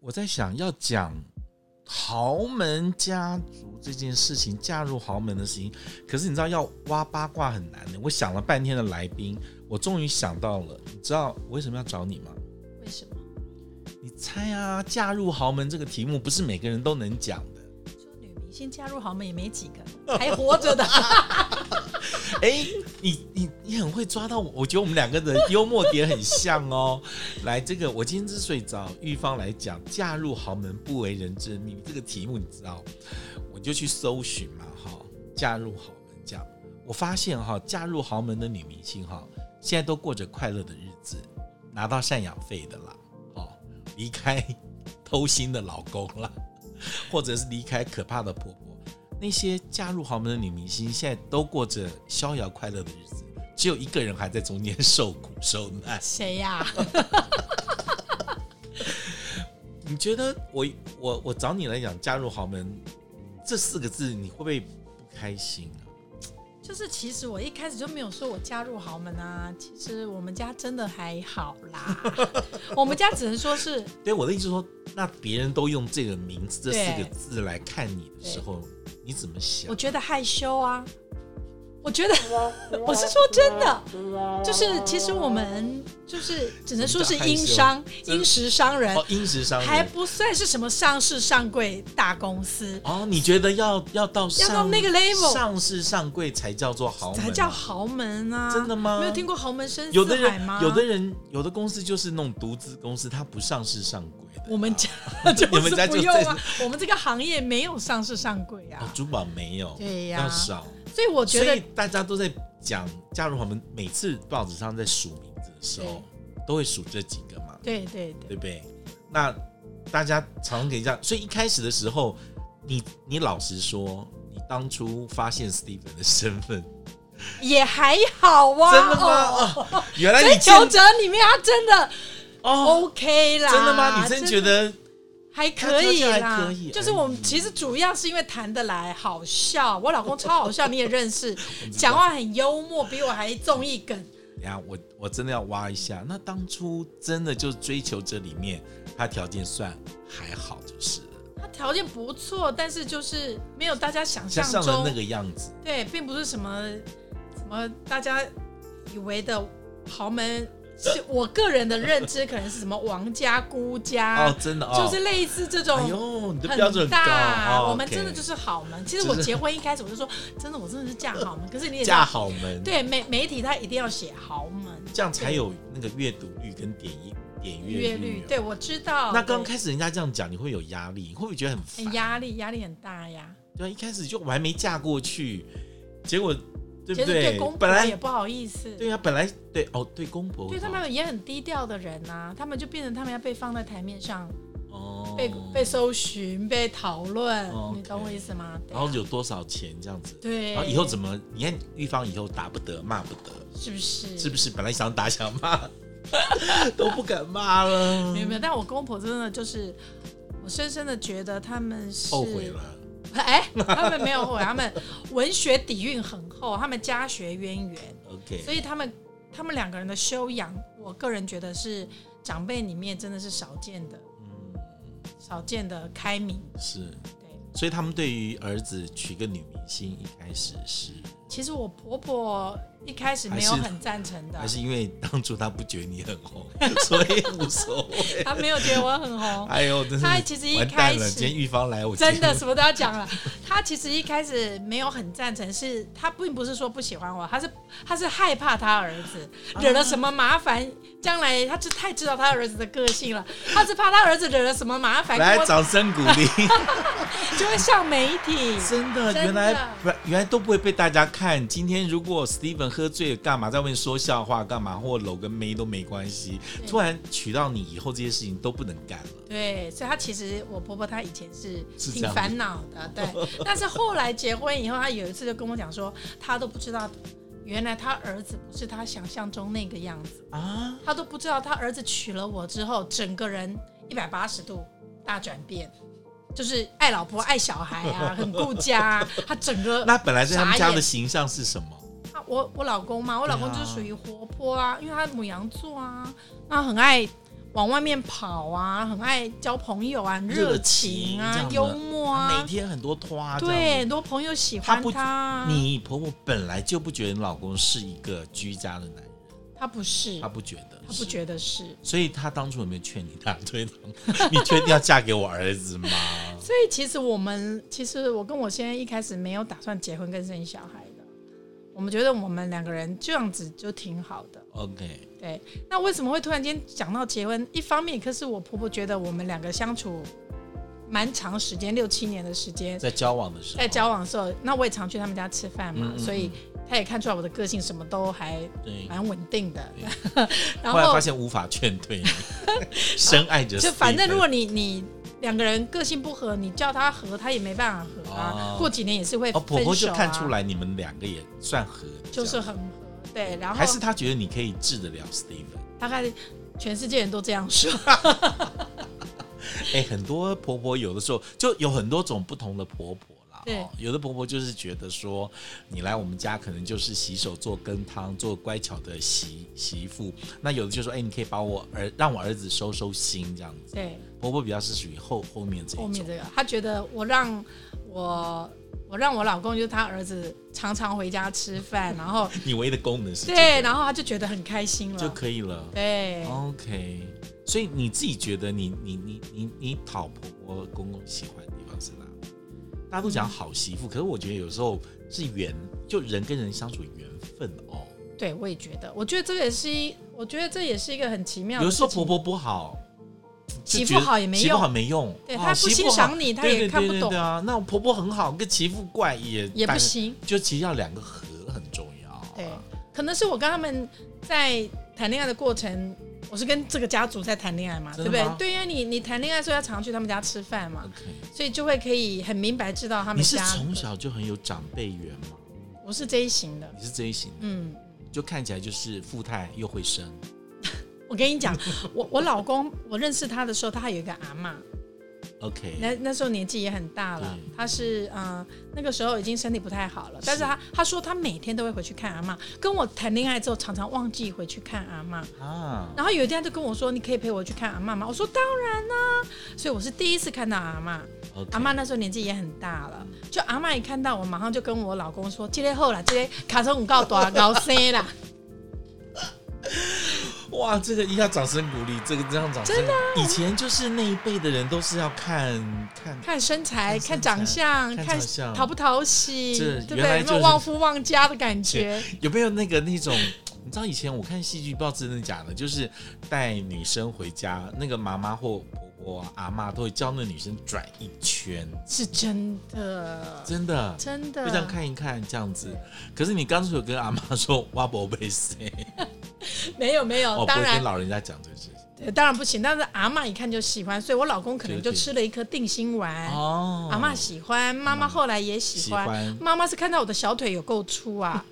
我在想要讲豪门家族这件事情，嫁入豪门的事情，可是你知道要挖八卦很难的。我想了半天的来宾，我终于想到了，你知道我为什么要找你吗？为什么？你猜啊，嫁入豪门这个题目不是每个人都能讲的。说女明星加入豪门也没几个， 还活着的。哎，你你你很会抓到我，我觉得我们两个的幽默点很像哦。来，这个我今天之所以找玉芳来讲“嫁入豪门不为人知的秘密”这个题目，你知道，我就去搜寻嘛，哈，嫁入豪门这样，我发现哈，嫁入豪门的女明星哈，现在都过着快乐的日子，拿到赡养费的啦，哦，离开偷腥的老公啦，或者是离开可怕的婆婆。那些嫁入豪门的女明星，现在都过着逍遥快乐的日子，只有一个人还在中间受苦受难。谁呀、你觉得我我我找你来讲嫁入豪门这四个字，你会不会不开心啊？就是其实我一开始就没有说我加入豪门啊，其实我们家真的还好啦。 我们家只能说是对啊我的意思是说，那别人都用这个名字这四对个字来看你的时候，你怎么想我？觉得害羞啊，我觉得 我是说真的，就是其实我们就是只能说是因商真的因时商人哦，，殷实商还人不算是什么上市上柜大公司，哦，你觉得要要到上要到那个 level 上市上柜才叫做豪门啊、才叫豪门啊！真的吗没有听过豪门深有似的海人吗？，有的人，有的公司就是那种独资公司，它不上市上柜的。我们家就 你们家是就不用啊在，我们这个行业没有上市上柜哦啊，，珠宝没有，对呀要少。所以我觉所以得大家都在讲嫁入豪门，每次报纸上在数名字的时候，都会数这几个嘛，对对对，对不对？那大家常给这样，所以一开始的时候，你你老实说，你当初发现 Steven 的身份，也还好啊。真的吗？哦？哦原来追你见求者里面他真的哦， OK 啦，真的吗？你真觉啊的得还可以他就还啦？可以哎就是我们其实主要是因为谈得来，好笑。我老公超好笑，你也认 识，道讲话很幽默，比我还综艺梗。等一下我我真的要挖一下，那当初真的就是追求这里面，他条件算还好就是了，他条件不错，但是就是没有大家想像上象中了那个样子，对，并不是什么什么大家以为的豪门，是我个人的认知，可能是什么王家、孤家，哦，真的哦，就是类似这哎种。呦，你的标准很很高，大，哦我们 OK 真的就是豪门。其实就我是呃结婚一开始我就说，真的，我真的是嫁豪门。可是你也知道嫁好门，，对媒媒体，他一定要写豪门这样才有那个阅读率跟点一点阅阅率率。哦。对，我知道。那刚对开始人家这样讲，你会有压力，你会不会觉得很哎烦？压力压力很大呀，对啊，一开始就我还没嫁过去，结果对其不实对公本婆也来不好意思。对呀、本来对哦，对公婆，对他们也很低调的人呐、他们就变成他们要被放在台面上，哦被被搜寻、被讨论哦，你懂我意思吗？对然后有多少钱这样子？啊对然后以后怎么？你看玉芳以后打不得，骂不得，是不是？是不是？本来想打想 骂，都不敢骂了没，有没有，但我公婆真的就是，我深深的觉得他们是后悔了。哎，他们没有后悔，他们文学底蕴很厚，他们家学渊源，所 OK，以他们他们两个人的修养，我个人觉得是长辈里面真的是少见的，嗯，少见的开明。是。对，所以他们对于儿子娶个女明星，一开始是其实我婆婆一开始没有还是很赞成的还，是因为当初他不觉得你很红， 所以无所 谓。她没有觉得我很红，哎呦，真是她其实一完蛋开了！始今天玉芳来，我真的今什么都要讲了。她其实一开始没有很赞成，是她并不是说不喜欢我，她是她是害怕她儿子啊惹了什么麻烦，将来她就太知道她儿子的个性了，她是怕她儿子惹了什么麻烦，天来我掌声鼓励。 就会上媒体。真的，真的原来不然原来都不会被大家看。今天如果 Steven 喝醉了，干嘛在外面说笑话，干嘛或搂个妹都没关系。对突然娶到你以后，这些事情都不能干了。对，所以她其实我婆婆她以前是是这挺样子烦恼的， 对。但是后来结婚以后，她有一次就跟我讲说，她都不知道原来她儿子不是她想象中那个样子，啊，她都不知道她儿子娶了我之后，整个人一百八十度大转变，就是爱老婆爱小孩 啊，很顾家、啊，她整个那本来在他们家傻的眼形象是什么？啊我我老公嘛，我老公对啊就是属于活泼啊，因为他母羊座啊，那很爱。往外面跑啊，很爱交朋友啊，很热热情情这啊样，的幽默她啊每，天很多拖啊，这样对，很多朋友喜她欢不他。啊你婆婆本来就不觉得你老公是一个居家的男人，他不是，她他不觉得，嗯不觉得是。所以她当初有没有劝你大推堂？ 你确定要嫁给我儿子 吗？所以其实我们，其实我跟我先生一开始没有打算结婚跟生小孩的，我们觉得我们两个人这样子就挺好的。 OK，对，那为什么会突然间讲到结婚？一方面，可是我婆婆觉得我们两个相处蛮长时间，六七年的 时间，在交往的时候，在交往的时候，那我也常去他们家吃饭嘛，嗯嗯嗯嗯所以她也看出来我的个性什么都还对，蛮稳定的。嗯 然后来后发现无法劝 退你，深爱着 Steven，就反正如果你你两个人个性不合，你叫他合，他也没办法合啊。哦过几年也是会哦，分手、啊婆婆就看出，来你们两个也算合，就是这样嗯很合。对，然后还是她觉得你可以治得了 Steven。大概全世界人都这 样说。哎、很多婆婆有的时候就有很多种不同的婆婆啦。对哦，有的婆婆就是觉得说，你来我们家可能就是洗手做羹汤，做乖巧的媳媳妇。那有的就说，哎、你可以把我儿让我儿子收收心这样子。对。婆婆比较是属于后后面这一后种，面这个，他觉得我让我我让我老公就是他儿子常常回家吃饭，然 后你唯一的功能是这个对，然后他就觉得很开心就了。可哦以了。对， OK，所以你自己觉得你你你你你讨婆婆公公喜欢的地方是哪？大家都讲好媳妇，可是我觉得有时候是缘，就人跟人相处缘分哦。对我也觉得，我觉得这个也是一，我觉得这也是一个很奇妙有的的时候事情。婆婆不好，就媳妇觉得好也没媳妇用好没用，对哦她不媳妇欣好赏你她对也对看对不对懂对啊。那婆婆很好，跟媳妇怪也也不但是，行，就其实要两个和很重要啊。对，可能是我跟他们在谈恋爱的过程，我是跟这个家族在谈恋爱嘛，真对的不对吗？对，因为你你谈恋爱的时候要常去他们家吃饭嘛， ，OK，所以就会可以很明白知道他你们是家。从小就很有长辈缘吗？我是这一型的，你是这一型的，嗯。就看起来就是富态又会生。我跟 你讲，我我老公，我认识他的时候，他还有一个阿嬷， OK，那那时候年纪也很大了对，他是嗯、呃那个时候已经身体不太好了，但是他他说他每天都会回去看阿嬷，跟我谈恋爱之后常常忘记回去看阿嬷，啊，然后有一天他就跟我说，你可以陪我去看阿嬷吗？我说当然啦、所以我是第一次看到阿嬷，阿妈嬷那时候年纪也很大了，就阿嬷一看到我，马上就跟我老公说，今天后啦，今天卡车五告大高生 啦，哇，这个一定要掌声鼓励，这个这样掌声，啊真的、以前就是那一辈的人都是要看看，看身材，看身材看长相，看看长相讨不讨喜，这对不原来对？有就没是有旺夫旺家的感觉？有没有那个那种？你知道以前我看戏剧，不知道真的假的，就是带女生回家，那个妈妈或婆婆啊、阿妈都会教那女生转一圈，是真的，真的。真就这样的。看一看，这样子。可是你刚才有跟阿妈说挖宝贝谁？没有没我有，哦不哦当会跟然老人家讲这个事情。呃当然不行。但是阿嬷一看就喜欢，所以我老公可能对就对吃了一颗定心丸。哦，哎阿嬷喜欢，妈妈后来也喜喜欢。欢，妈妈是看到我的小腿有够粗 啊，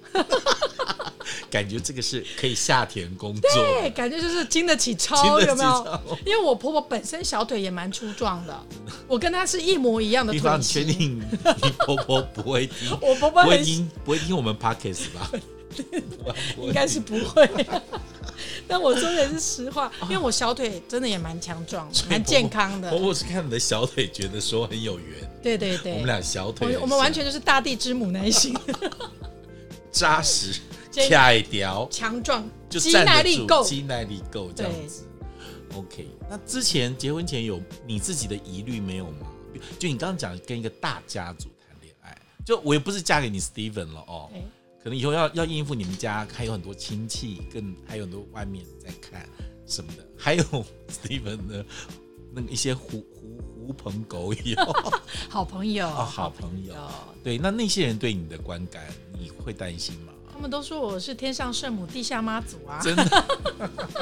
感觉这个是可以下田工作，对，哎感觉就是经得起经操，得有起没有操？因为我婆婆本身小腿也蛮粗 壮的，我跟她是一模一样的地腿方，你确型。定你婆婆不会听？ 我婆婆不会很听，不会听我们 podcast 吧？ 应该是不会。 但我说的是实话，因为我小腿真的也蛮强壮的，蛮健康哦婆的。婆是看你的小腿，觉得说很有缘。对对我对们，俩小我腿很们像，我们完全就是大地之母那一型， 扎实，这卡一条，强壮，就肌站得耐力住够。肌耐力够这样子。OK，那之前结婚前有你自己的疑虑没有吗？就你刚刚讲跟一个大家族谈恋爱，就我也不是嫁给你 Steven 了哦，对可能以后要要应付你们家还有很多亲戚，跟还有很多外面在看什么的， 还有 Steven 的 那个一些狐狐狐朋狗友，好朋友，啊好朋友好对，那那些人对你的观感，你会担心吗？他们都说我是天上圣母，地下妈祖啊！真的，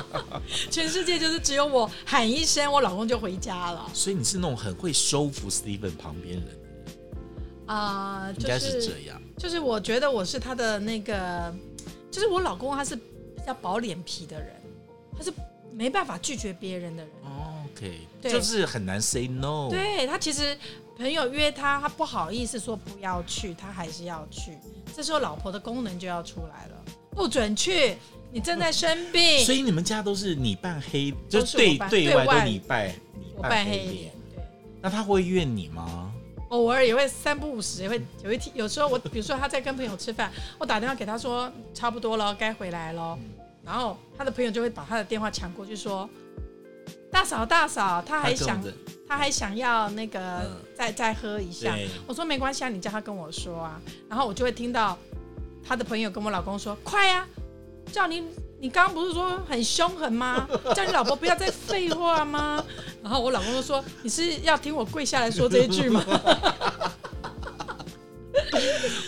全世界就是只有我喊一声，我老公就回家了所以你是那种很会收服 Steven 旁边人，啊、应就该是这是样。就是，我觉得我是他的那个，就是我老公他是比较薄脸皮的人，他是没办法拒绝别人的人。哦 OK，对就是很难 say no。对他其实朋友约他，他不好意思说不要去，他还是要去。这时候老婆的功能就要出来了，不准去，你正在生病，所以你们家都是你扮黑，就都是是对我扮对对外外都你扮你我扮扮黑黑脸脸，，那他会怨你吗？偶尔也会三不五时，也会有一天，有时候我比如说他在跟朋友吃饭，我打电话给他说差不多了，该回来了，嗯然后他的朋友就会把他的电话抢过去说，大嫂大嫂，他还跟我想们他还想要那个嗯再再喝一下对，我说没关系啊，你叫他跟我说啊，然后我就会听到他的朋友跟我老公说，快呀、叫你。你刚刚不是说很凶 狠吗？叫你老婆不要再废话吗？然后我老公就说：“你是要听我跪下来说这一句吗？”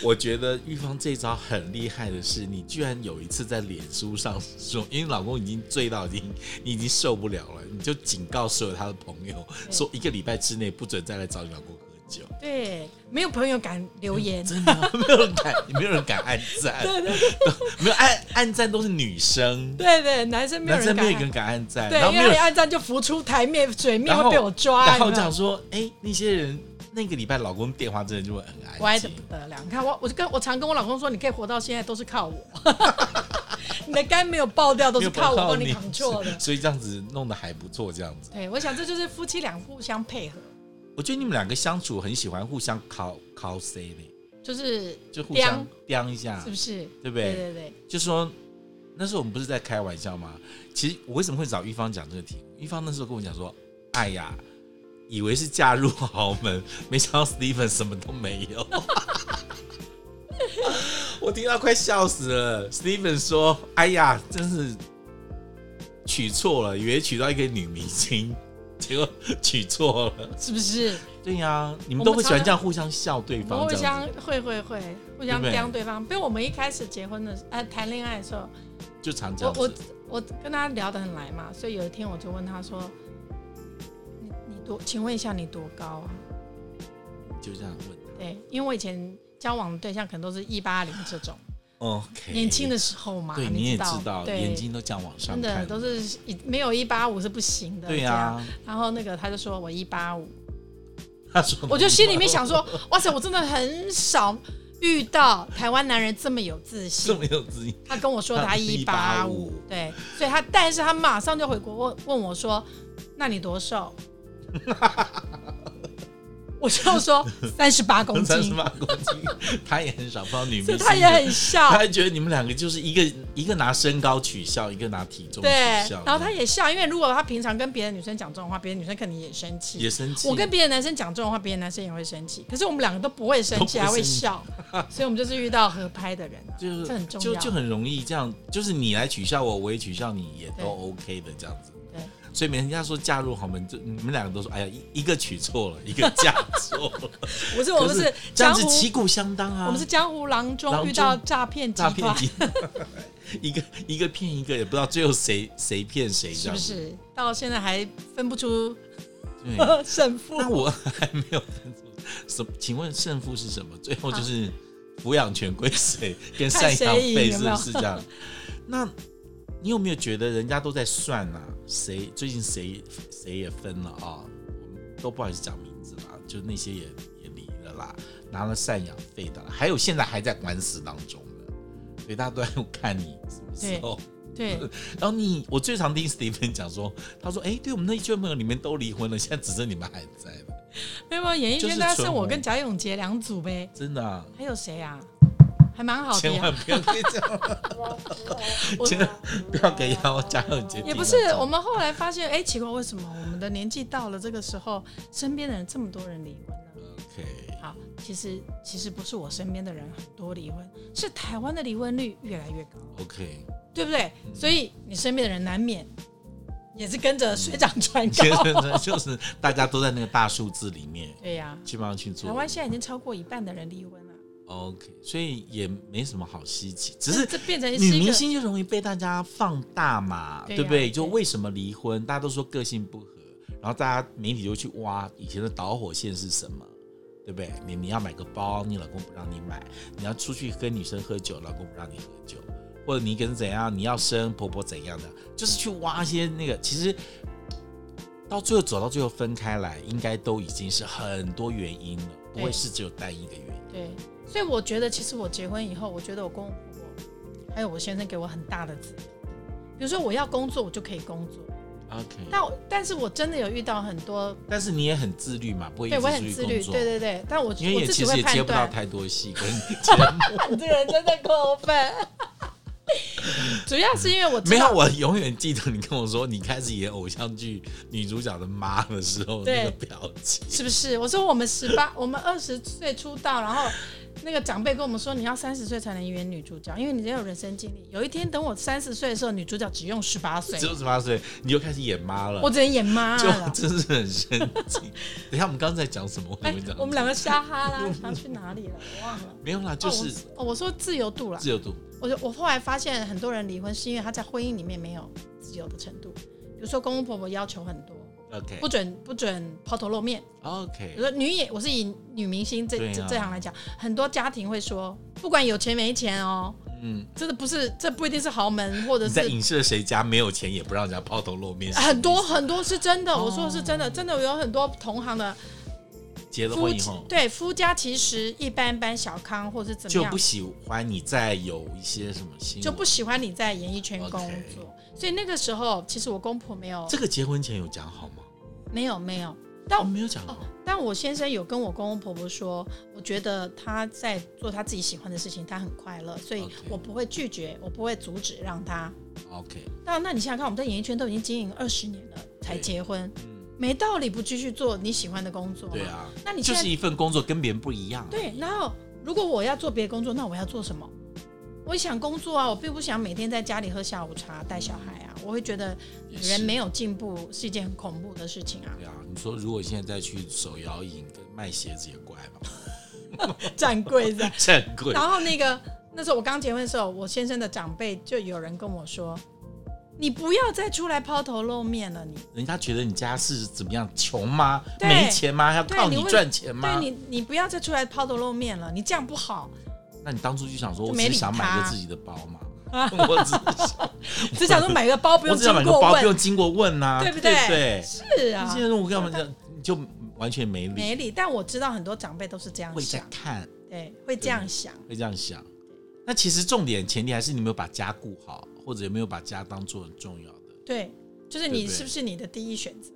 我觉得玉芳这招很厉害的是，你居然有一次在脸书上说，因为老公已经醉到已经你已经受不了了，你就警告所有他的朋友说，一个礼拜之内不准再来找你老公喝酒。对，没有朋友敢留言，真的 没有人敢，没有人敢按赞，没有按按赞都是女生，对对，男生没有男人生没敢有一个人敢按，按赞，然后没对，因有为人按赞就浮出台面，水面然后会被我抓，然有后没有讲说，哎、那些人那个礼拜老公电话真的就会很安乖的静不。得了。你看我，我就跟我常跟我老公说，你可以活到现在都是靠我，你的肝没有爆掉都是靠我帮你扛 错的。所以这样子弄得还不错。这样子，对，我想这就是夫妻俩互相配合，我觉得你们两个相处很喜欢互相 call call say 呢，就是就互相刁刁一下是，不是？对不对对？对对，就说那时候我们不是在开玩笑吗？其实我为什么会找玉芳讲这个题？玉芳那时候跟我讲说：“哎呀，以为是嫁入豪门， 没想到 Steven 什么都没有。” 我听到快笑死了。Steven 说：“哎呀，真是娶错了，以为娶到一个女明星，结果娶错了。是不是？”对呀、你们我们都会喜欢常常这样互相笑对我方，们互这样相子会会会互对相不对刁对方。被我们一开始结婚的呃谈恋爱的时候，就常这我样我子。我跟他聊得很来嘛，所以有一天我就问他说：“你你多，请问一下你多高啊就这样问？”对，因为我以前交往的对象可能都是一八零这种， ，OK，年轻的时候嘛，对，你你也知道知道，对，眼睛都这样往上真看的，都是一没有一八五是不行的。对啊这呀、样。然后那个他就说我一八五，他说，我就心里面想 说，哇塞，我真的很少遇到台湾男人这么有自信这。么有自信，他跟我说他他一八185五，对，所以他但是他马上就回国问问我说：“那你多瘦？” 我就说三十八公三十斤，八公斤，他也很少碰到女明所以星，他也很笑他，还觉得你们两个就是一个一个拿身高取笑，一个拿体重对取笑，，然后他也笑，因为如果他平常跟别的女生讲这种话，别的女生肯定也生气也。生气。我跟别的男生讲这种话，别的男生也会生气，可是我们两个都不会生气，都不还会会生气笑，所以我们就是遇到合拍的人 啊，就这很重就要就很容易这样，就是你来取笑我，我也取笑你，也对都 OK 的这样子。对。所以人家说嫁入豪门，就你们两个都说，哎呀，一一个娶错了，一个嫁错 了，不是我们可是这江样子湖，旗鼓相当啊。我们是江湖郎郎中中遇到诈骗集诈骗团。集团，一个 一个骗一个，也不知道最后谁谁骗谁，这是样不子？是？到现在还分 不出对。胜负那我还没有分出什么？请问胜负是什么？最后就是抚养权归谁，跟赡看谁养费赢有是没不有是这样？那你有没有觉得人家都在算啊？谁最近谁谁也分了啊？我们都不好意思讲名字啦，就那些也也离了啦，拿了赡养费的啦，还有现在还在官司当中的，所以大家都在看你什么时对候。 对，然后你，我最常听 Steven 讲说，他说：“哎、对我们那一圈朋友里面都离婚了，现在只剩你们还在了。”没有没有演艺就是圈，大家纯剩我红跟贾永杰两组呗，真的、啊，还有谁啊？还蛮好的千呀，万不要这 样，我千万不要给姚家人姐也不是。我们后来发现，哎，奇怪，为什么我们的年纪到了这个时候，身边的人这么多人离婚呢？ OK，好，其实其实不是我身边的人很多离婚，是台湾的离婚率越来越高， OK，对不对？嗯所以你身边的人难免也是跟着水涨船先高。生 就是大家都在那个大数字里面对呀、去帮他去做台湾现在已经超过一半的人离婚了。 OK，所以也没什么好稀奇，只只是这变成是女一明个星就容易被大家放大嘛，对,、对呀不对？对就为什么离婚，大家都说个性不合，然后大家媒体就去挖以前的导火线是什么。对不对？你你要买个包，你老公不让你买；你要出去跟女生喝酒，老公不让你喝酒；或者你跟怎样，你要生婆婆怎样的，就是去挖一些那个。其实到最后走到最后分开来，应该都已经是很多原因了，不会对是只有单一的原因。对，所以我觉得其实我结婚以后，我觉得我公公婆婆还有我先生给我很大的自由，比如说我要工作，我就可以工作。 OK，但我但是我真的有遇到很多，但是你也很自律嘛，不会一对直我出很去自工律，作。对对对，但我我因为也自己其实会也接判不到断。太多戏 跟节目，你这个人真的过分。主要是因为我知没有。道，我永远记得你跟我说，你开始演偶像剧女主角的妈的时候那对个表情。是不是？我说我们十八，我们二十岁出道，然后那个长辈跟我们说，你要三十岁才能演女主角，因为你得有人生经历。有一天等我三十岁的时候，女主角只用十八岁只，有十八岁，你就开始演妈了，我只能演妈就了。真是很生气。等一下，我们刚才讲什么？我哎们讲，我们两个瞎哈啦，想去哪里了？我忘了。没有啦，就是哦我哦我说自由度啦，自由度。我就我后来发现，很多人离婚是因为他在婚姻里面没有自由的程度，比如说公公婆婆要求很多，不 OK，OK，、准不准抛头露面。比如说女演，我是以女明星这、对啊这这行来讲，很多家庭会说，不管有钱没钱哦，嗯，真的不是，这不一定是豪门或者你在是。影射谁家没有钱也不让人家抛头露面，很多很多是真哦的，我说的是真的，真的有很多同行的结了夫婚以哦妻后对夫家其实一般般，小康或是怎么就样不喜欢你再有一些什么新闻就不喜欢你在演艺圈工嗯 OK 作，所以那个时候其实我公婆没有这个结婚前有讲好吗？没有没有，我但没有讲好。但我先生有跟我公公婆婆说，我觉得他在做他自己喜欢的事情，他很快乐，所以 OK 我不会拒绝，我不会阻止让他。 OK，那那你想想看，我们在演艺圈都已经经营二十年了，才对结婚，嗯，没道理不继续做你喜欢的工作。对，啊，那你就现在、是一份工作跟别人不一样。啊对，然后如果我要做别的工作，那我要做什么？我想工作啊，我并不想每天在家里喝下午茶带小孩啊，我会觉得也是人没有进步是一件很恐怖的事情 啊，对啊，你说如果现在再去手摇饮跟卖鞋子也怪吧， 站柜子啊这很贵。然后那个那时候我刚结婚的时候，我先生的长辈就有人跟我说：“你不要再出来抛头露面了，你人家觉得你家是怎么样，穷吗？对没钱吗？要靠对你你为赚钱吗对？你你不要再出来抛头露面 了，你这样不好，那你当初就想说，就我没只是理想买他个自己的包 嘛，我只是想只想说买个包不我用只经想买个过包，不问，用经过问呐、对对不对？对是啊，现在我干嘛这样，你就完全没理，没理。但我知道很多长辈都是这样会在想，看，对，会这样想。会这样想。那其实重点前提还是你有没有把家顾好，或者有没有把家当做很重要的。对，就是对你不对是不是你的第一选择，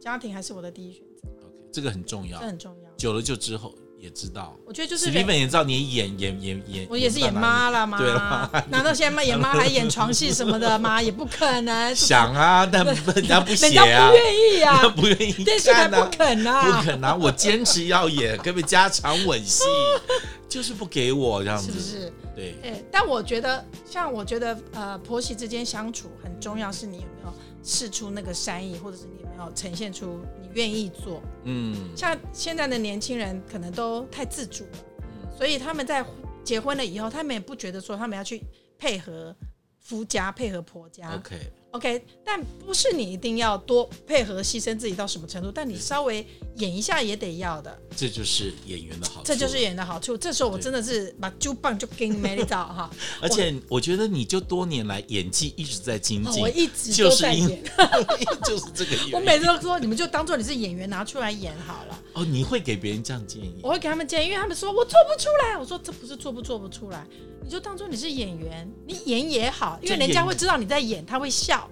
家庭还是我的第一选择， OK，这个很重要这。很重要。久了就之后也知道，我觉得就啊是史人蒂芬也知道你演演演演，我也是演到哪里。妈了嘛，对啦难道现在演妈还演床戏什么的 吗？也不可能，想 啊，但人家不人写家啊不，愿意人家 啊，不愿意电视台看啊不，肯不啊，肯啊！我坚持要演，可不可以加长吻戏？ 就是不给我这样子，是不是？对，哎、但我觉得，像我觉得，呃，婆媳之间相处很重要，是你有没有试出那个善意，或者是你有没有呈现出你愿意做。嗯，像现在的年轻人可能都太自主嗯了，所以他们在结婚了以后，他们也不觉得说他们要去配合夫家、配合婆家。 OK， OK，但不是你一定要多配合、牺牲自己到什么程度，但你稍微演一下也得要的，这哦就是演员的好处。这就是，演员的好处。这时候我真的是把猪棒就给你没得找哈，而且我觉得你就多年来演技一直在精哦进 我，一直就都是在因演为，就是这个我原每因。次都说你们就当做你是演员拿出来演好了。哦，你会给别人这样建议我？会给他们建议，因为他们说我做不出来，我说这不是做不做不出来，你就当做你是演员，你演也好，因为就人家演会知道你在演，他会笑。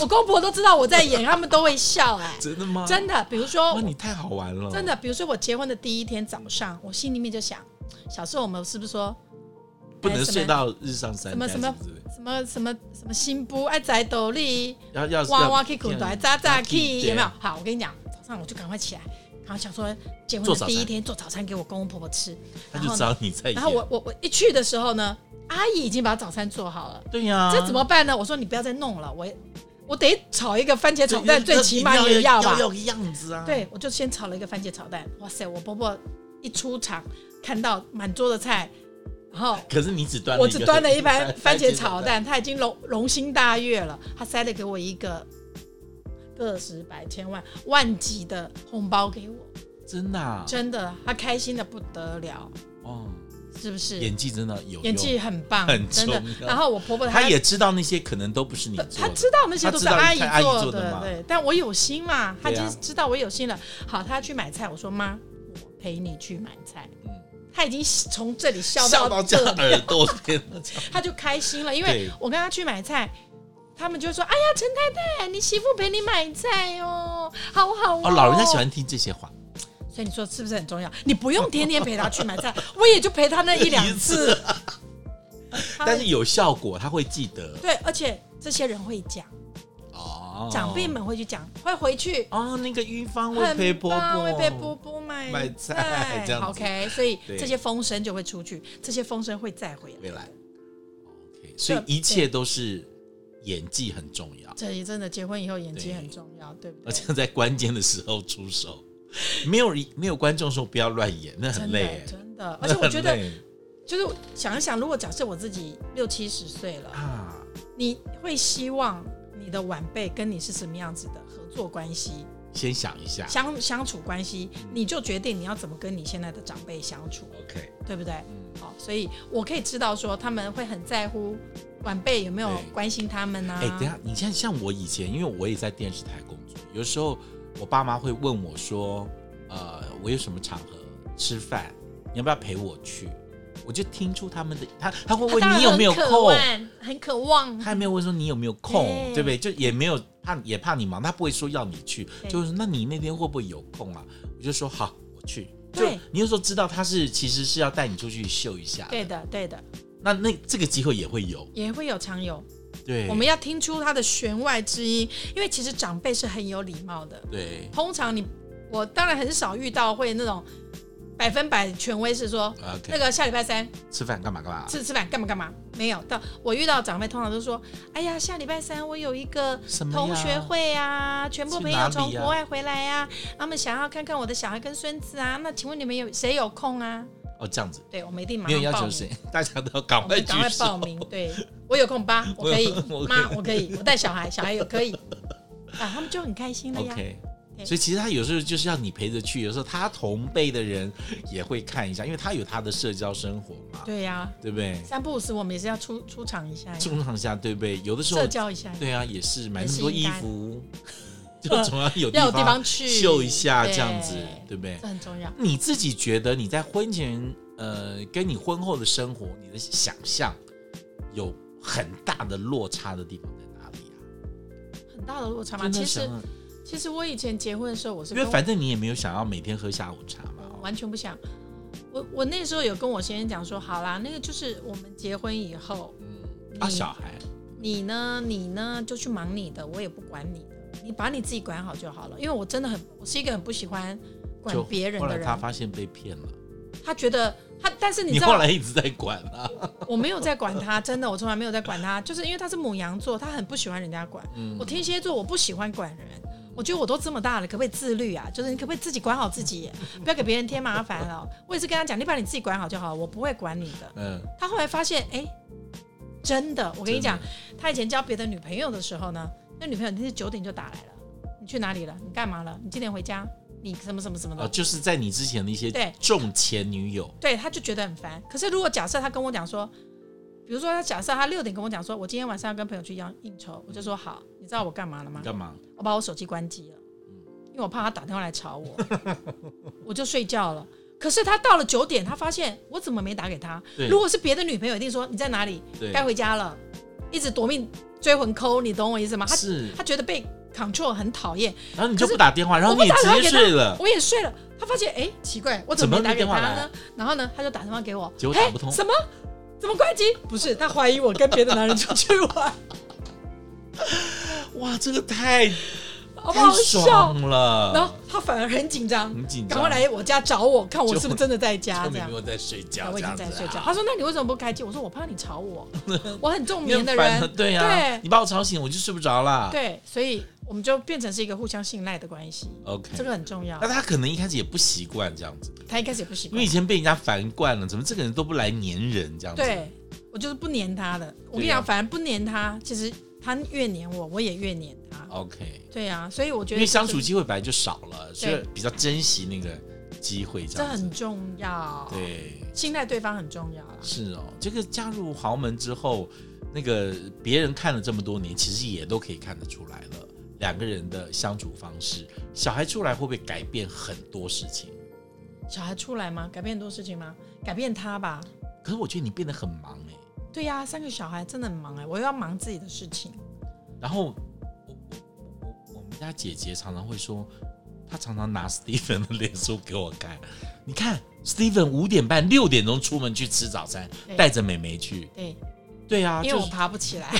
我公婆都知道我在演，他们都会笑哎、真的吗？真的，比如说哇，你太好玩了，真。的，比如说我结婚的第一天早上，我心里面就想，小时候我们是不是说不能睡哎到日上三什么竿，什么是不是什么什么什么新不爱宅斗笠，要要哇要哇 K 滚来扎扎 K 对有没有？好，我跟你讲，早上我就赶快起来，然后想说结婚做的早第一餐天做早餐给我公公婆婆吃，他然就后知呢，道你在演。然后我我我一去的时候呢，阿姨已经把早餐做好了，对呀，这怎么办呢？我说你不要再弄了，我也我得炒一个番茄对炒蛋，最起码也要吧要，要个样子啊。对，我就先炒了一个番茄炒蛋。哇塞，我婆婆一出场看到满桌的菜，然后可是你只端了我一个只 端了一盘番茄炒，蛋，她已经荣荣心大悦了，她塞了给我一个个十百千万万级的红包给我，真的啊真的，她开心的不得了，哦，是不是？演技真的有演用技很棒，很真的重。要然后我婆婆他也知道那些可能都不是你做他的，知道那些都是阿姨他知道你看阿姨做做的的，嘛对，但我有心嘛，他已对啊经知道我有心了。好，他去买菜，我说妈，我陪你去买菜。嗯他已经从这里笑笑到到这 这，耳朵边了。他就开心了，因为对我跟他去买菜，他们就说：“哎呀，陈太太，你媳妇陪你买菜哦，好好哦。”哦，老人家喜，欢听这些话，所以你说是不是很重要？你不用天天陪她去买菜，我也就陪她那一 两次。啊他们但是有效果，他会记得对，而且这些人会讲，哦。长辈们会去讲，会回去。哦，那个玉芳很会棒，陪伯伯，会陪伯伯买买菜这样子 OK，所以对这些风声就会出去，这些风声会再回来。未来。OK，所以一切都是演技很重要，这也真的，结婚以后演技对很重要，对不对？而且在关键的时候出手，没有没有观众说不要乱演，那很真累的 欸，真的，而那且我很觉得，累就是想一想，如果假设我自己六七十岁了，啊，你会希望你的晚辈跟你是什么样子的合作关系、先想一下。相相处关系，你就决定你要怎么跟你现在的长辈相处， OK，对不对？嗯，好，所以我可以知道说他们会很在乎晚辈有没有对关心他们呢、啊？哎、等一下，你像像我以前，因为我也在电视台工作，有时候我爸妈会问我说，呃，我有什么场合吃饭，你要不要陪我去？我就听出他们的，他他会他问啊当然你有没有很渴空，望，很渴望。他也没有问说你有没有空，对对不对？就也没有怕也怕你忙，他不会说要你去，对就是那你那天会不会有空啊？我就说好，我去。就对你有时候知道他是其实是要带你出去秀一下，对，的，对的，那那这个机会也会有，也会有常有。对，我们要听出他的弦外之音，因为其实长辈是很有礼貌的。对通常你我当然很少遇到会那种百分百权威是说，OK，那个下礼拜三吃饭干嘛干嘛？吃吃饭干嘛干嘛，没有。到我遇到长辈通常都说，哎呀，下礼拜三我有一个什么呀同学会啊，全部去朋哪友里从呀国外回来啊，他们想要看看我的小孩跟孙子啊，那请问你们有谁有空啊？哦，这样子对我们一定马没有要上报求名。谁， 大家都要赶我快们哎举赶快手报名，对我有空吧，我可以 我我可以妈，我可以，我带小孩，小孩也 可以，啊，他们就很开心了呀。 ，OK。对所以其实他有时候就是要你陪着去，有时候他同辈的人也会看一下，因为他有他的社交生活嘛，对呀、对不对？三不五时我们也是要出出场一下呀，中场下对不对？有的时候社交一下，对啊，也是买也那么是多应衣该服， 就总要有要有地地方去秀一下，这样子，对不对这？很重要。你自己觉得你在婚前，呃，跟你婚后的生活，你的想象有很大的落差的地方在哪里啊？很大的落差嘛。真其的什实么，其实我以前结婚的时候，我是因跟为我反正你也没有想要每天喝下午茶嘛。哦完全不想。我我那时候有跟我先生讲说，好啦，那个就是我们结婚以后，嗯，啊，你小孩，你呢，你呢就去忙你的，我也不管你的，你把你自己管好就好了。因为我真的很，我是一个很不喜欢管就别人后的来人。他发现被骗了，他觉得他，但是你你知后道，来一直在管啊。我没有在管他，真的，我从来没有在管他，就是因为他是母羊座，他很不喜欢人家管。嗯我天蝎座，我不喜欢管人。我觉得我都这么大了，可不可以自律啊？就是你可不可以自己管好自己，不要给别人添麻烦了。我也是跟他讲，你把你自己管好就好，我不会管你的。嗯，他后来发现，哎、真的，我跟你讲，他以前交别的女朋友的时候呢，那女朋友一定是九点就打来了，你去哪里了？你干嘛了？你几点回家？你什么什么什么的哦，？就是在你之前的一些对重前女友，对，他就觉得很烦。可是如果假设他跟我讲说，比如说他假设他六点跟我讲说，我今天晚上要跟朋友去应应酬，我就说好，你知道我干嘛了吗你？干嘛？我把我手机关机了，因为我怕他打电话来吵我， 我就睡觉了。可是他到了九点，他发现我怎么没打给他？对如果是别的女朋友，一定说你在哪里，对，该回家了，一直夺命追魂抠，你懂我意思吗？他是他觉得被 control 很讨厌，然后你就不打电话，然后我不你也打电话直接给他睡了，我也睡了。他发现哎、奇怪，我怎么没打嗯给怎么他没电话呢？然后呢，他就打电话给我，结果哎打不通什么？怎么关机？不是，他怀疑我跟别的男人出去 玩，哇，这个太好不太好笑爽？了。然后他反而很紧张，很紧张赶快来我家找我，看我是不是真的在家后这面样没。有在睡觉，我已这经样子在睡觉。啊。他说：“那你为什么不开机？”我说：“我怕你吵 我，我很重你很眠的烦人。”对呀对，你把啊我吵醒，我就睡不着啦。对，所以我们就变成是一个互相信赖的关系。 OK 这个嗯很重要那。他可能一开始也不习惯这样子，他一开始也不习因为惯以，前被人家烦惯了，怎么这个人都不来黏人这样子？，对我就是不黏他的。我跟你对啊讲，反正不黏他，其实他越黏我，我也越黏他。 ，OK，对啊，所以我觉哦因得为相就处是机会本来就少了，所以比较珍惜那个机会这这样子很。重要，，对，信赖对方很重要啦。是哦，这个嫁入豪门之后，那个别人看了这么多年，其实也都可以看得出来了，两个人的相处方式，小孩出来会不会改变很多事情？小孩出来吗？改变很多事情吗？改变他吧。可是我觉得你变得很忙哎、欸对呀、三个小孩真的很忙哎、我又要忙自己的事情，然后我我我我们家姐姐常常会说，她常常拿 Steven 的脸书给我看，你看 Steven 五点半六点钟出门去吃早餐，对带着美眉去。对，对啊，因就为我是爬不起来，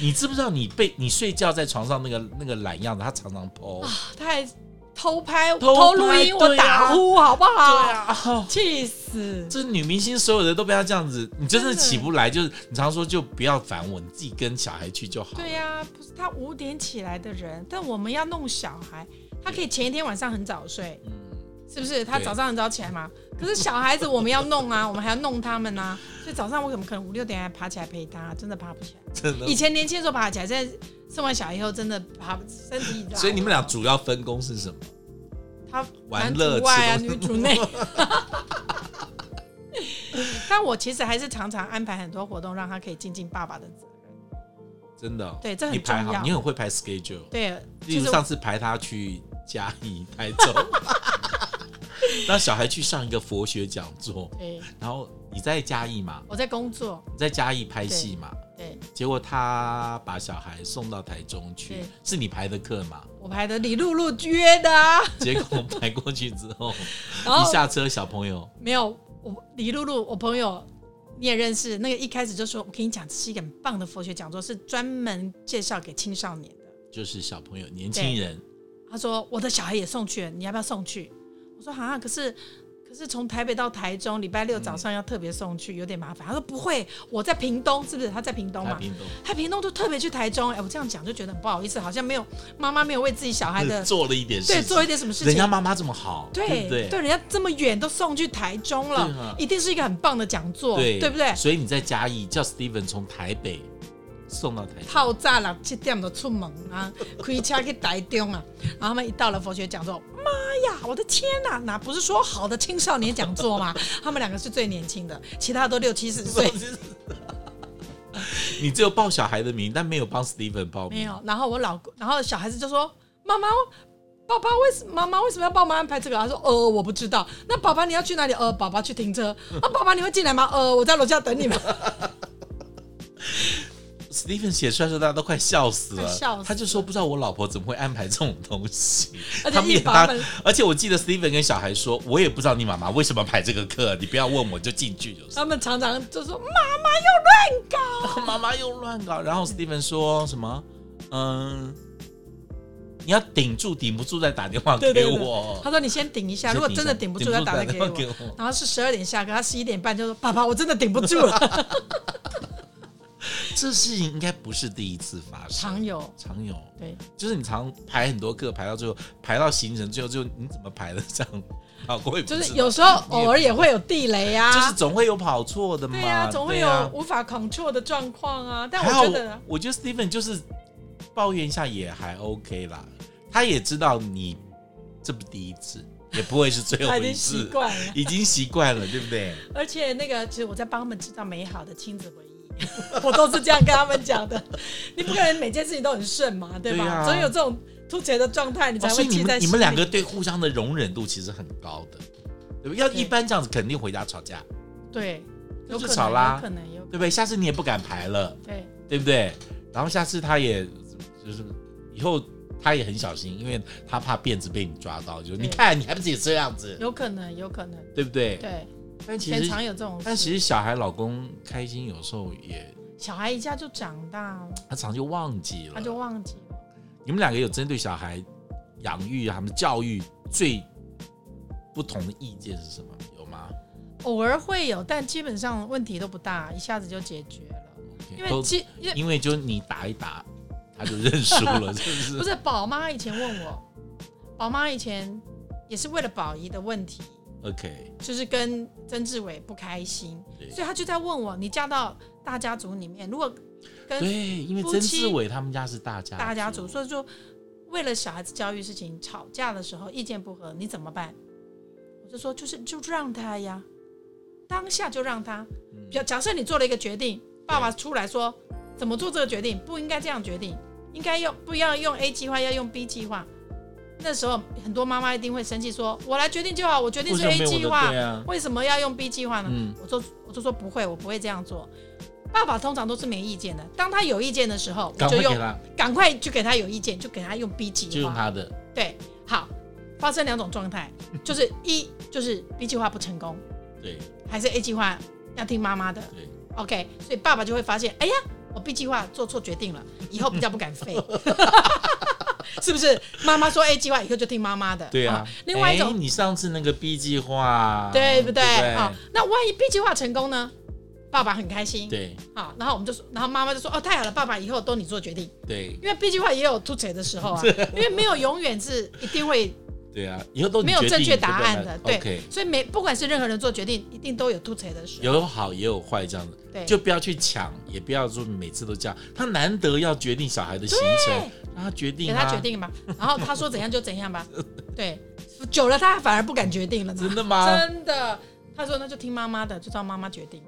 你知不知道你被你睡觉在床上那个那个懒样子，她常常 po。他还偷拍、偷拍偷录音，我对啊打呼，好不对好？啊， 哦气死！这女明星所有的都不要这样子，你真的真的起不来，就是你常说就不要烦我，你自己跟小孩去就好。对呀、不是他五点起来的人，但我们要弄小孩，他可以前一天晚上很早睡，嗯，是不是？他对早上很早起来嘛。可是小孩子我们要弄啊，我们还要弄他们啊，所以早上我怎么可能五六点还爬起来陪他？真的爬不起来。真的以。前年轻的时候爬得起来，现在生完小孩以后真的爬不身体老了。所以你们俩主要分工是什么？他玩男乐主外啊，吃东女 主内。但我其实还是常常安排很多活动，让他可以尽尽爸爸的责任。真的哦、对这很你排重好，要你很会排 schedule。对，例就如是上次排他去嘉义、台 中，让小孩去上一个佛学讲座，对，然后你在嘉义嘛，我在工作，你在嘉义拍戏嘛，对结果他把小孩送到台中去对，是你排的课嘛？我排的李露露约的 啊，结果排过去之 后，然一后下车小朋友没有我李露露，我朋友你也认识，那个一开始就说，我跟你讲，这是一个很棒的佛学讲座，是专门介绍给青少年的。就是小朋友年轻人，他说我的小孩也送去了，你要不要送去？我说啊，可是可是从台北到台中，礼拜六早上要特别送去，有点麻烦。他说不会，我在屏东，是不是？他在屏东他嘛，屏东他屏东就特别去台中。哎、我这样讲就觉得很不好意思，好像没有妈妈没有为自己小孩的做了一点事对情，做一点什么事人情家。妈妈这么好，对对不对？人家这么远都送去台中了，对啊一定是一个很棒的讲座，对，不对？所以你在嘉义叫 Steven 从台北送 到台中，泡炸了，七点就出门啊， 开车去台中啊，然后他们一到了佛学讲座，妈呀，我的天呐、哪不是说好的青少年讲座吗？ 他们两个是最年轻的，其他都六七十岁， 你只有报小孩的名，但没有帮 Steven 报名。没有。然后我老公，然后小孩子就说：“妈妈，爸爸为什妈妈为什么要帮我们安排这个？”他说：“呃，我不知道。那爸爸你要去哪里？呃，爸爸去停车。啊，爸爸你会进来吗？呃，我在楼下等你们。 Steven 写出来的时候，大家都快笑死了。快笑死了他就说不知道我老婆怎么会安排这种东西。 而且他们也一把他门，而且我记得 Steven 跟小孩说，我也不知道你妈妈为什么排这个课，你不要问我就进去就是。他们常常就说：“妈妈又乱搞。” 妈妈又乱搞。然后 Steven 说什么？嗯，你要顶住，顶不住再打电话对对给对我。他说你先顶一下，哦你先如果真的顶顶一不下住，他打顶电不话住给打电话给我我。然后是十二点下课，他十一点半就说：“爸爸，我真的顶不住了。这事情应该不是第一次发”生，常有，常有，对，就是你常排很多课，排到最后，排到行程最后，最后你怎么排的这 样？啊，我也不就是知道有时候偶尔也会有地雷啊，就是总会有跑错的嘛，对呀、总会对啊有无法 control 的状况啊。但还好我觉得，我觉得 Steven 就是抱怨一下也还 OK 啦，他也知道你这不第一次，也不会是 最后他已一经习次，哦惯了。已经习惯了，对不对？而且那个，其实我在帮他们制造美好的亲子回忆， 我都是这样跟他们讲的。你不可能每件事情都很顺嘛，对吧？对啊总有这种突起来的状态，你才哦所会以你记们在心里。你们两个对互相的容忍度其实很高的，对不对？要对一般这样子肯定回家吵架，对，有可就能，吵啦有可能，有可对不对？下次你也不敢排了，能对。对不对？然后下次他也就是以后他也很小心，因为他怕辫子被你抓到，就是你对看你还不是也这样子，有可能，有可能，对不对？对，但其全实常有这种事。但其实小孩老公开心有时候也小孩一下就长大了，他常就忘记了，他就忘记了。你们两个有针对小孩养育啊他们教育最不同的意见是什么？有吗？偶尔会有，但基本上问题都不大，一下子就解决了。因为都基因为因为就你打一打，他就认输了，是不是？不是宝妈以前问我，宝妈以前也是为了宝仪的问题， OK，就是跟曾志伟不开心，对所以她就在问我，你嫁到大家族里面，如果跟对，因为夫曾妻志伟他们家是大家大家族，所以说为了小孩子教育事情吵架的时候意见不合，你怎么办？我就说就是就让他呀，当下就让他。嗯假假设你做了一个决定，爸爸出来说怎么做这个决定，不应该这样决定，应该用不要用 A 计划，要用 B 计划。那时候很多妈妈一定会生气说，我来决定就好，我决定为是什么 A 没有我计的划对，啊？为什么要用 B 计划呢？嗯我就我就说不会，我不会这样做。爸爸通常都是没意见的，当他有意见的时候，我赶就快给用他，赶快就给他有意见，就给他用 B 计划，就用他的，对，好，发生两种 状态，就是一就是 B 计划不成功，对还是 A 计划要听妈妈的。对， OK，所以爸爸就会发现，哎呀，我 B 计划做错决定了，以后比较不 敢飞，是不是？妈妈说 A 计划，以后就听妈妈的。对啊好。另外一哎种，你上次那个 B 计划，对不对？好对，那万一 B 计划成功呢？爸爸很开心。对好，然后我们就说，然后妈妈就说，哦，太好了，爸爸以后都你做决定，对因为 B 计划也有凸槌的时候啊，因为没有永远是一定会对啊，以后都你没有决定正确答案的，对不对 OK，所以每不管是任何人做决定，一定都有凸槌的时候，有好也有坏，这样子对，就不要去抢，也不要说每次都这样。他难得要决定小孩的行程，让他决定、给啊，他决，定吧，然后他说怎样就怎 样吧，对，久了他反而不敢决定了，真的吗？真的，他说那就听妈妈的，就照妈妈决定，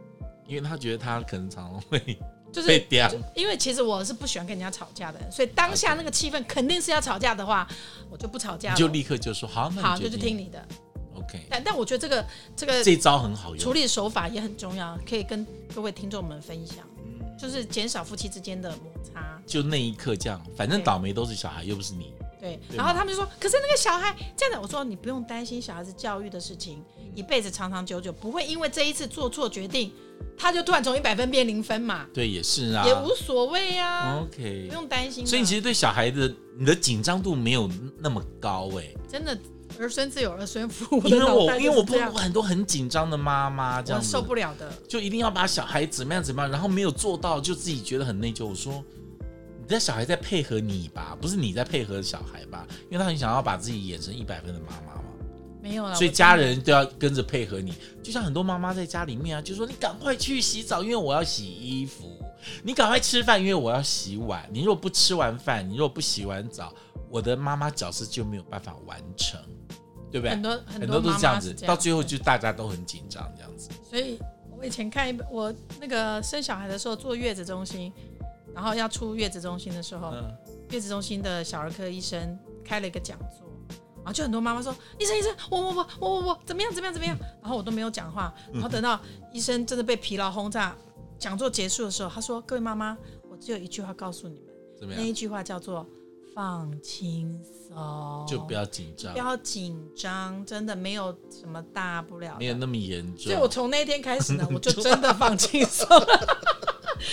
因为他觉得他可能常常会 就被是。刁，因为其实我是不喜欢跟人家吵架的人，所以当下那个气氛肯定是要吵架的话，我就不吵架你了，就立刻就说好，那好你就决去听呃你的。 OK，但但我觉得这个这个这招很好处用。理手法也很重要，可以跟各位听众们分享，嗯就是减少夫妻之间的摩擦。就那一刻这样，反正对倒霉都是小孩，又不是你。对，对然后他们就说，可是那个小孩这样的，我说你不用担心小孩子教育的事情，一辈子长长久久，不会因为这一次做错决定，他就突然从一百分变零分嘛，对，也是啊。也无所谓啊， OK 不。用担心啊。所以你其实对小孩的你的紧张度没有那么高哎、真的儿孙自有儿孙福，因为的脑我袋就是因为我这碰样过很多很紧张的妈妈这样我子，受不了的，就一定要把小孩怎么样怎么样，然后没有做到，就自己觉得很内疚。我说，你的小孩在配合你吧，不是你在配合小孩吧？因为他很想要把自己演成一百分的妈妈嘛，没有了。所以啊我家人都要跟着配合你。就像很多妈妈在家里面啊，就说你赶快去洗澡，因为我要洗衣服；你赶快吃饭，因为我要洗碗。你如果不吃完饭，你如果不洗完澡，我的妈妈角色就没有办法完成，对不对？很多很很多都妈是这样妈子，这到最后对就大家都很紧张这样子。所以我以前看一本，我那个生小孩的时候做月子中心，然后要出月子中心的时候，嗯，月子中心的小儿科医生开了一个讲座，然后就很多妈妈说：“医生，医生，我我我我我我怎么样怎么样怎么样？”然后我都没有讲话，然后等到医生真的被疲劳轰炸，讲座结束的时候，他说：“各位妈妈，我只有一句话告诉你们，怎么那样？一句话叫做放轻松，就不要紧张不，要紧张，真的没有什么大不了的，没有那么严所以我重。从那天开始 呢，我就真的放轻松了。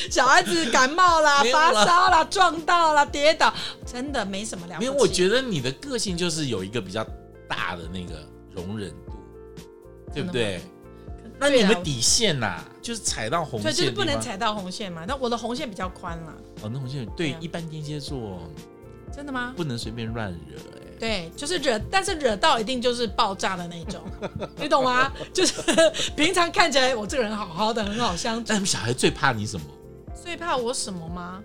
小孩子感冒啦、没有发啦烧啦、撞到啦、跌倒，真的没什么了不没起。有，我觉得你的个性就是有一个比较大的那个容忍度，对不对？那你们底底线呐、就是踩到红所线以啊就是的不地能方。踩到红线嘛。那我的红线比较宽啦，哦，那红线对对啊一般天蝎座真的吗？不能随便乱惹、哎，对，就是惹，但是惹到一定就是爆炸的那 种，你懂吗？就是 平常看起来我这个人好好的，很好相处，但小孩最怕你什么？最怕我什么吗？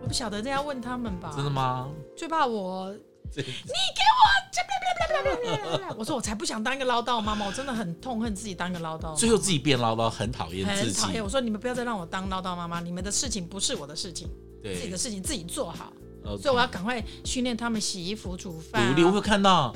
我不晓得，这要问他们吧。真的吗？最怕我这我说我才不想当一个唠叨妈妈，我真的很痛恨自己当一个唠叨妈妈。最后自己变唠叨，很讨厌自哦很讨厌，己。我说你们不要再让我当唠叨妈妈，你们的事情不是我的事情，自己对的，事情自己做好。所所以我要赶快训练他们洗衣服、煮饭、努啊。力。我会看到，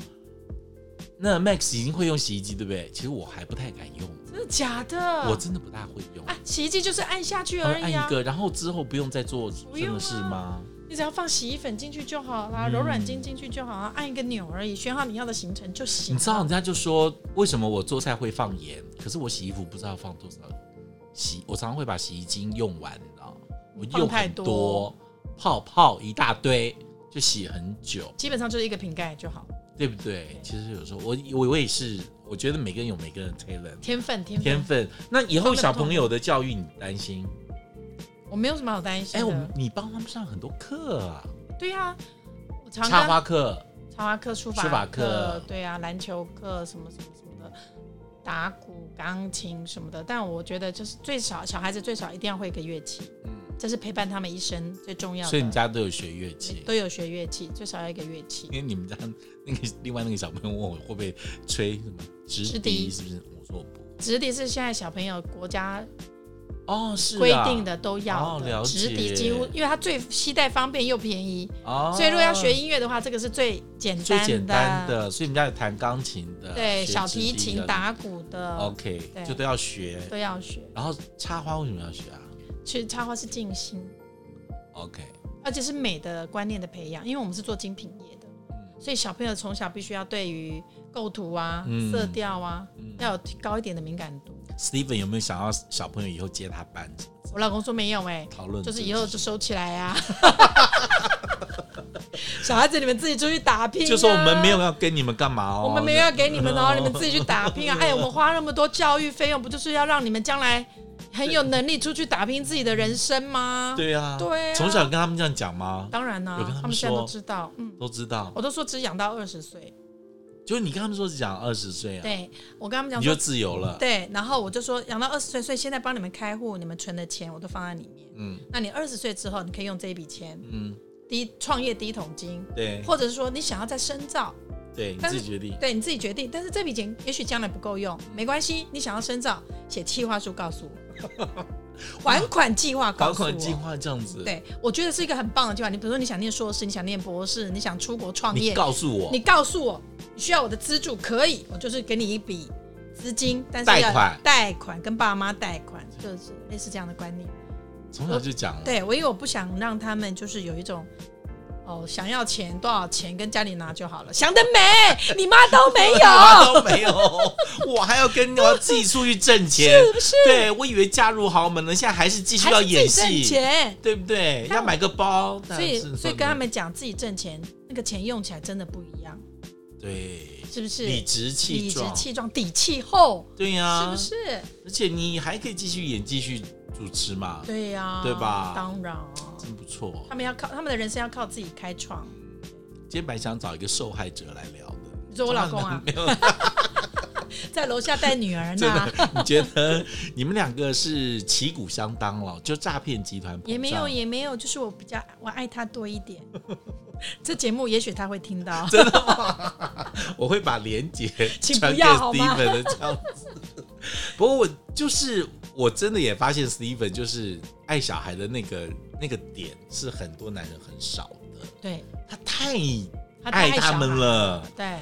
那 Max 已经会用洗衣机，对不对？其实我还不太敢用，真的假的？我真的不大会用。啊，洗衣机就是按下去哦而按已啊一，个，然后之后不用再做不真用啊的是吗？你只要放洗衣粉进去就好嗯啦，柔软巾进去就好啦，按一个钮而已，选好你要的行程就行啊你了。知道人家就说为什么我做菜会放盐，可是我洗衣服不知道放多少洗，我常常会把洗衣精用完，你知道吗？我放用太很多多泡泡一大堆，就洗很久，基本上就是一个瓶盖就好，对不对？其实有时候我我我也是，我觉得每个人有每个人的 talent 天分天分，天分。那以后放得小痛朋友的教育你担心？我没有什么好担心哎，的。我们你帮他们上很多课啊，对呀、啊，我常插跟花课，插花课、书法书法课对啊，篮球课什么什么什么的，打鼓、钢琴什么的。但我觉得就是最少小孩子最少一定要会一个乐器，嗯，这是陪伴他们一生最重要的。所以你家都有学乐器。都有学乐器，最少要一个乐器因。为你们家 那个另外那个小朋友问我会不会吹什么直直笛笛，是不是？我说我不。直笛是现在小朋友国家哦，是啊规定的都要哦的，了解直笛几乎因为它最携带方便又便宜，哦，所以如果要学音乐的话，这个是最简单最简单的，所以你们家有弹钢琴的，对，学小直提笛琴、的打鼓的，OK，对就都要学。都要学。然后插花为什么要学啊？其实插花是静心， OK，而且是美的观念的培养，因为我们是做精品业的，嗯所以小朋友从小必须要对于构图啊、嗯色调啊，要有提高一点的敏感度。 Steven 有没有想要小朋友以后接他班我老公说没有哎、讨论这就个事是情？以后就收起来呀、啊。 小孩子，你们自己出去打拼、啊。就说我们没有，要跟你们干嘛哦，我们没有要给你们 哦，你们自己去打拼啊！哎，我们花那么多教育费用，不就是要让你们将来很有能力出去打拼自己的人生吗？，对啊，对啊从小跟他们这样讲吗？当然啦、啊有跟他们他们现在说都知道，嗯，都知道，我都说只养到二十岁，就是你跟他们说讲二十岁啊，对我跟他们讲你说就自由了，对，然后我就说养到二十岁，所以现在帮你们开户，你们存的钱我都放在里面。嗯那你二十岁之后，你可以用这一笔钱，嗯，第一创业第一桶金，对或者是说你想要再深造，对，你但自是己决定，对你自己决定。但是这笔钱也许将来不够用，没关系，你想要深造，写计划书告诉我， 还款计划告搞诉我款。计划这样子，对，我觉得是一个很棒的计划。你比如说，你想念硕士，你想念博士，你想出国创你业，告诉我你告诉我你需要我的资助，可以，我就是给你一笔资金，但是贷要款贷款跟爸妈贷款，就是类似这样的观念。嗯从小就讲了，对我，因为我不想让他们就是有一种。哦，想要钱多少钱跟家里拿就好了，想得美，你妈都 没有，都没有，我还要跟我要自己出去挣钱，是不是？对我以为嫁入豪门了，现在还是继续要还是自演己挣戏，钱，对不对？但要买个包，所但以是所以跟他们讲自己挣钱，那个钱用起来真的不一样，对是不是？理直气理直壮，啊气壮，底气厚，对呀、是不是？而且你还可以继续演，继续主持嘛，对呀、对吧当然啊，真不错哦他。们要靠他们的人生要靠自己开创。今天本来想找一个受害者来聊的，你说我老公啊，在楼下带女 儿真呢，的，你觉得你们两个是旗鼓相当了，就诈骗集团也没有演，也没有，就是我比较我爱他多一点。 这节目也许他会听到，我会把连结 请传不给要好吗 Steven 的这样子。 不过我就是我真的也发现 Steven 就是爱小孩的那个那个点是很多男人很少的， 对，他太他太爱爱他小们孩，了。对，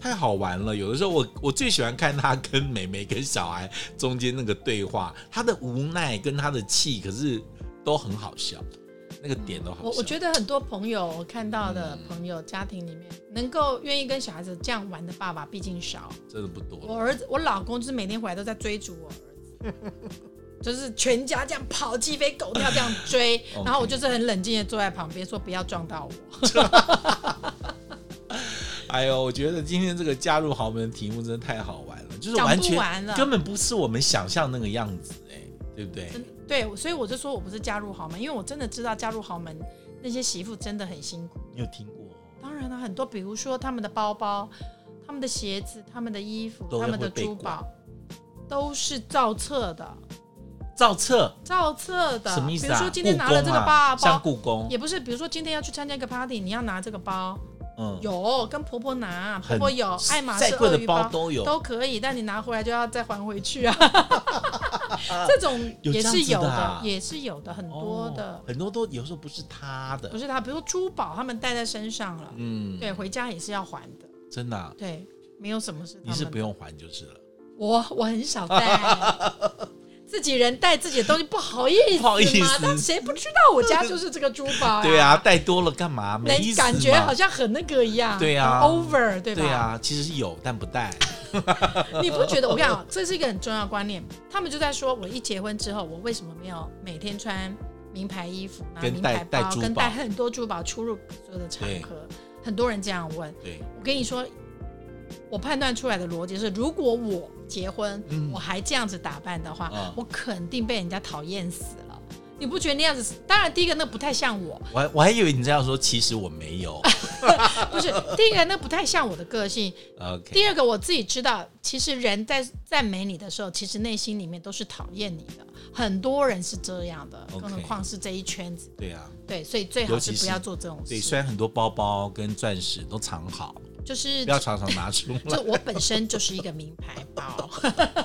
太好玩了。有的时候我我最喜欢看他跟妹妹跟小孩中间那个对话，他的无奈跟他的气，可是都很好笑，那个点都好笑。我我觉得很多朋友，我看到的嗯朋友、家庭里面，能够愿意跟小孩子这样玩的爸爸，毕竟少。真的不多，我儿子，我老公就是每天回来都在追逐我儿子， 就是全家这样跑，鸡飞狗跳这样追 OK，然后我就是很冷静的坐在旁边说不要撞到我。哎呦，我觉得今天这个加入豪门的题目真的太好玩了，就是完讲全不完了根本不是我们想象那个样子、哎，对不对？真对，所以我就说我不是加入豪门，因为我真的知道加入豪门那些媳妇真的很辛苦。你有听过？当然了，很多比如说他们的包包、他们的鞋子、他们的衣服、都他们会的被珠管宝，都是造册的。造册造册的，什么意思比如啊？说今天故拿了这宫个啊包像包，故宫，也不是，比如说今天要去参加一个 party，你要拿这个包，嗯，有跟婆婆拿，很婆婆有，爱马再仕贵鳄的鱼包都有，都可以，但你拿回来就要再还回去 啊。这种有也这样是子有的啊也是有的，很多的哦，很多都有时候不是他的不，是他，比如说珠宝，他们带在身上了，嗯，对，回家也是要还的，真的啊、对，没有什么是他你是不们。用还就是了。我我很少带。 自己人带自己的东西不好意思嘛，不好意思但谁不知道我家就是这个珠宝啊？对啊，带多了干嘛？没意能思嘛感觉好像很那个一样，对啊很，over 对吧？对啊，其实是有，但不带。你不觉得？我跟你 讲，这是一个很重要的观念。他们就在说，我一结婚之后，我为什么没有每天穿名牌衣服、拿跟名戴牌戴包，珠跟宝带很多珠宝出入所有的场合？很多人这样问。对，我跟你说，我判断出来的逻辑是，如果我结婚，嗯我还这样子打扮的话，嗯我肯定被人家讨厌死了。你不觉得那样子？当然，第一个那不太像 我，我还我还以为你这样说，其实我没 有。不是第一个那不太像我的 个性。 OK，第二个，我自己知道，其实人在赞美你的时候，其实内心里面都是讨厌你的。很多人是这样的， OK 更何况是这一圈子。对啊，对，所以最好是尤其是不要做这种对，事。虽然很多包包跟钻石都藏好，就是不要常常拿出来。就我本身就是一个名牌 包，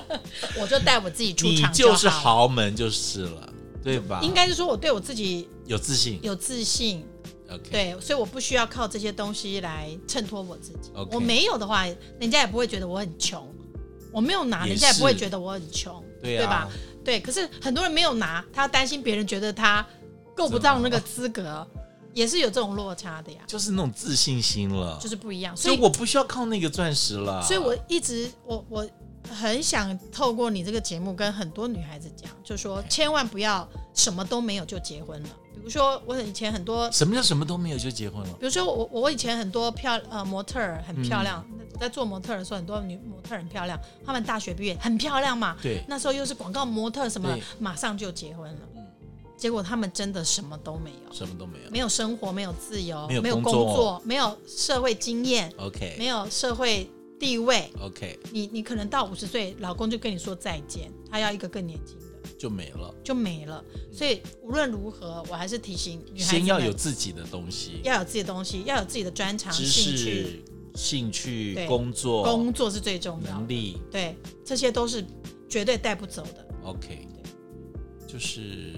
我就 带我自己出你场就是好。豪门就是了，对吧？应该是说我对我自己有自信。有自信， OK，对，所以我不需要靠这些东西来衬托我自己。 OK 我没有的话，人家也不会觉得我很穷。我没有拿，也人家也不会是觉得我很穷，对啊吧？对，可是很多人没有拿，他担心别人觉得他够不到那个资 格，也是有这种落差的呀，就是那种自信心了，就是不一样。哦所所以以，我啊不需要靠那个钻石了。所以我一直我我很想透过你这个节目跟很多女孩子讲，就说千万不要什么都没有就结婚了。比如说，我以前很多什么叫什么都没有就结婚了？比如说我我我以前很多漂呃模特儿很漂亮，嗯在做模特儿的时候，很多女模特儿很漂亮，她们大学毕业很漂亮嘛，对，那时候又是广告模特什么对，马上就结婚了嗯，结果她们真的什么都没有，什么都没有。没有生活，没有自由，没有工工作作，没有社会经验， OK 没有社会地位， OK 你你可能到五十岁，老公就跟你说再见，他要一个更年轻的就没了。就没了，所以无论如何，我还是提醒女孩子先要们有自己的东西，要有自己的东西，要有自己的专长、知兴趣。识、兴趣、对工作、工作是最重要能的，力。对，这些都是绝对带不走的， OK，就是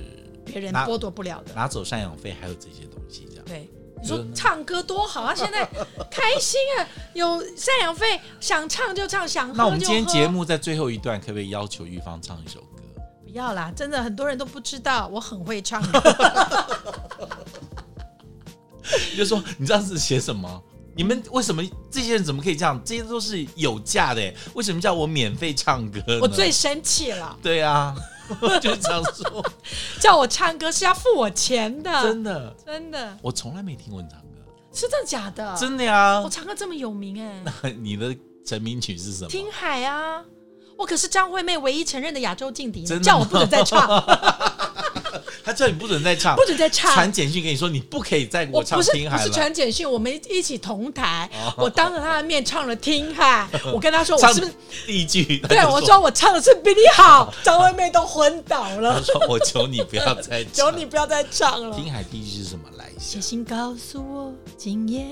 别人拿剥夺不了的。拿走赡养费，还有这些东西这样。对，你你说说唱歌多好啊！现在开心 啊，有赡养费，想唱就唱，想喝就喝。那我们今天节目在最后一段，可不可以要求玉芳唱一首歌？ 不要啦，真的很多人都不知道我很 会唱歌，就说你知道是写什么？你们为什么这些人怎么可以这样？这些都是有价的耶，为什么叫我免费唱歌呢？我最生气了，对啊， 我就常说，叫我唱歌是要付我钱的，真的，真的我从来没听过你唱歌，是真的假的？真的呀我。唱歌这么有名哎、你的成名曲是什么？听海啊，我可是张惠妹唯一承认的亚洲劲敌真，的叫吗我不准 再唱，他叫你不准再唱不，准再唱，传简讯给你说你不可以再给我唱不是听不海是了。传简讯，我们一起同台哦。我当着他的面唱了《听海》，我跟他说我唱是不是？第一句，他就对，我说我唱的是比你 好，张惠妹都昏倒他 了，说我求你不要再 求唱。你不要再唱了。听海第一句是什么？来一下？写。信告诉我，今夜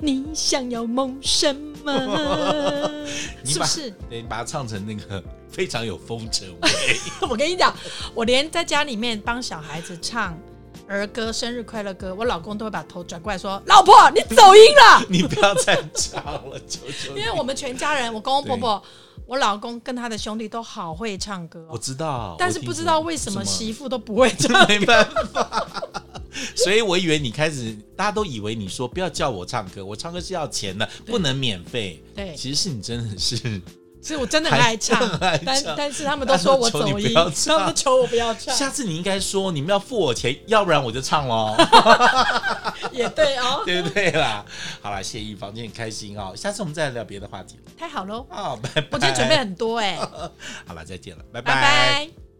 你想要梦什么 你是把不是？对，你把它唱成那个 非常有风尘味。 我跟你讲，我连在家里面帮小孩子唱儿歌、生日快乐歌，我老公都会把头转过来说：“老婆，你走音了。” 你不要再唱了，求求你因为。我们全家人，我公公婆婆、我老公跟他的兄弟都好会唱歌哦、我知道，但是不知道为什么媳西，妇都不会 唱。没办法。所以我以为你开始，大家都以为你说不要叫我唱歌，我唱歌是要钱的，不能免费。对，其实是你真的是所以我真的很爱唱还，很爱但唱但是他们都说我走他们求你音不要，唱他们都求我不要唱，下次你应该说你们要付我钱，要不然我就唱 喽，也对哦，对不对啦？好啦，谢谢玉芳，今天很开心哦，下次我们再聊别的话题了太好喽！哦，拜拜。我今天准备很多哎、好了，再见了，拜拜拜。